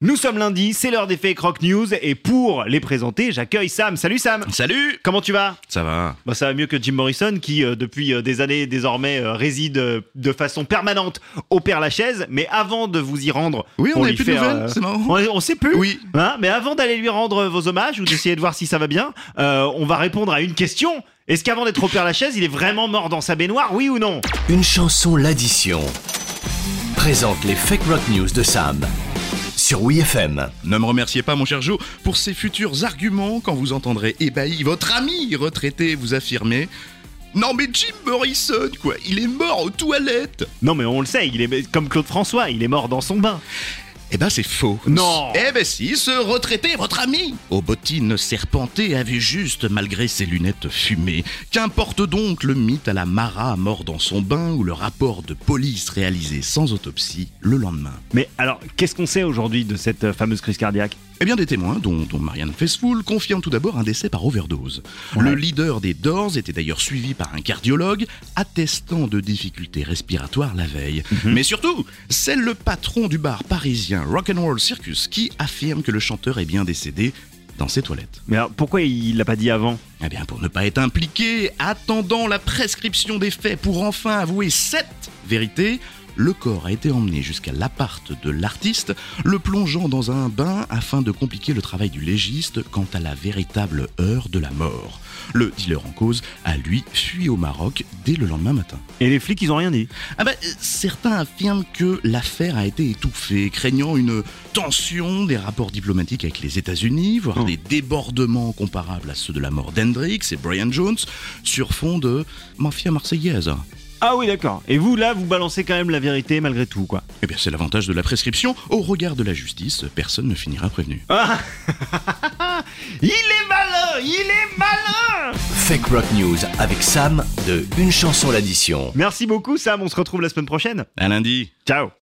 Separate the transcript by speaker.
Speaker 1: Nous sommes lundi, c'est l'heure des fake rock news et pour les présenter, j'accueille Sam. Salut Sam
Speaker 2: Salut
Speaker 1: Comment tu vas
Speaker 2: Ça va
Speaker 1: bah, Ça va mieux que Jim Morrison qui, euh, depuis euh, des années désormais, euh, réside euh, de façon permanente au Père Lachaise. Mais avant de vous y rendre,
Speaker 2: Oui, on
Speaker 1: pour
Speaker 2: avait
Speaker 1: lui
Speaker 2: plus de
Speaker 1: faire, euh,
Speaker 2: nouvelles, c'est marrant.
Speaker 1: On, on sait plus.
Speaker 2: Oui.
Speaker 1: Hein, mais avant d'aller lui rendre euh, vos hommages ou d'essayer de voir si ça va bien, euh, on va répondre à une question. Est-ce qu'avant d'être au Père Lachaise, il est vraiment mort dans sa baignoire Oui ou non
Speaker 3: Une chanson l'addition présente les fake rock news de Sam sur WeFM.
Speaker 2: Ne me remerciez pas, mon cher Joe, pour ces futurs arguments quand vous entendrez ébahi votre ami retraité vous affirmer Non, mais Jim Morrison, quoi, il est mort aux toilettes
Speaker 1: Non, mais on le sait, il est comme Claude François, il est mort dans son bain.
Speaker 2: Eh ben, c'est faux
Speaker 1: Non.
Speaker 2: Eh ben, si, ce retraité, votre ami Aux bottines serpentées avait juste, malgré ses lunettes fumées. Qu'importe donc le mythe à la Mara mort dans son bain ou le rapport de police réalisé sans autopsie le lendemain
Speaker 1: Mais alors, qu'est-ce qu'on sait aujourd'hui de cette euh, fameuse crise cardiaque
Speaker 2: Eh bien, des témoins, dont, dont Marianne Faithfull, confirment tout d'abord un décès par overdose. Le leader des Doors était d'ailleurs suivi par un cardiologue, attestant de difficultés respiratoires la veille. Mais surtout, c'est le patron du bar parisien Rock'n'Roll Circus qui affirme que le chanteur est bien décédé dans ses toilettes.
Speaker 1: Mais alors, pourquoi il l'a pas dit avant
Speaker 2: Eh bien, pour ne pas être impliqué, attendant la prescription des faits pour enfin avouer cette vérité, le corps a été emmené jusqu'à l'appart de l'artiste, le plongeant dans un bain afin de compliquer le travail du légiste quant à la véritable heure de la mort. Le dealer en cause a lui fui au Maroc dès le lendemain matin.
Speaker 1: Et les flics, ils ont rien dit.
Speaker 2: Ah bah, euh, certains affirment que l'affaire a été étouffée, craignant une tension des rapports diplomatiques avec les États-Unis, voire
Speaker 1: Hmm.
Speaker 2: des débordements comparables à ceux de la mort d'Hendrix et Brian Jones, sur fond de mafia marseillaise.
Speaker 1: Ah oui, d'accord. Et vous, là, vous balancez quand même la vérité malgré tout, quoi.
Speaker 2: Eh bien, c'est l'avantage de la prescription. Au regard de la justice, personne ne finira prévenu.
Speaker 1: Ah Il est malin Il est malin
Speaker 3: Fake rock news avec Sam de Une chanson l'addition.
Speaker 1: Merci beaucoup, Sam. On se retrouve la semaine prochaine.
Speaker 2: À lundi.
Speaker 1: Ciao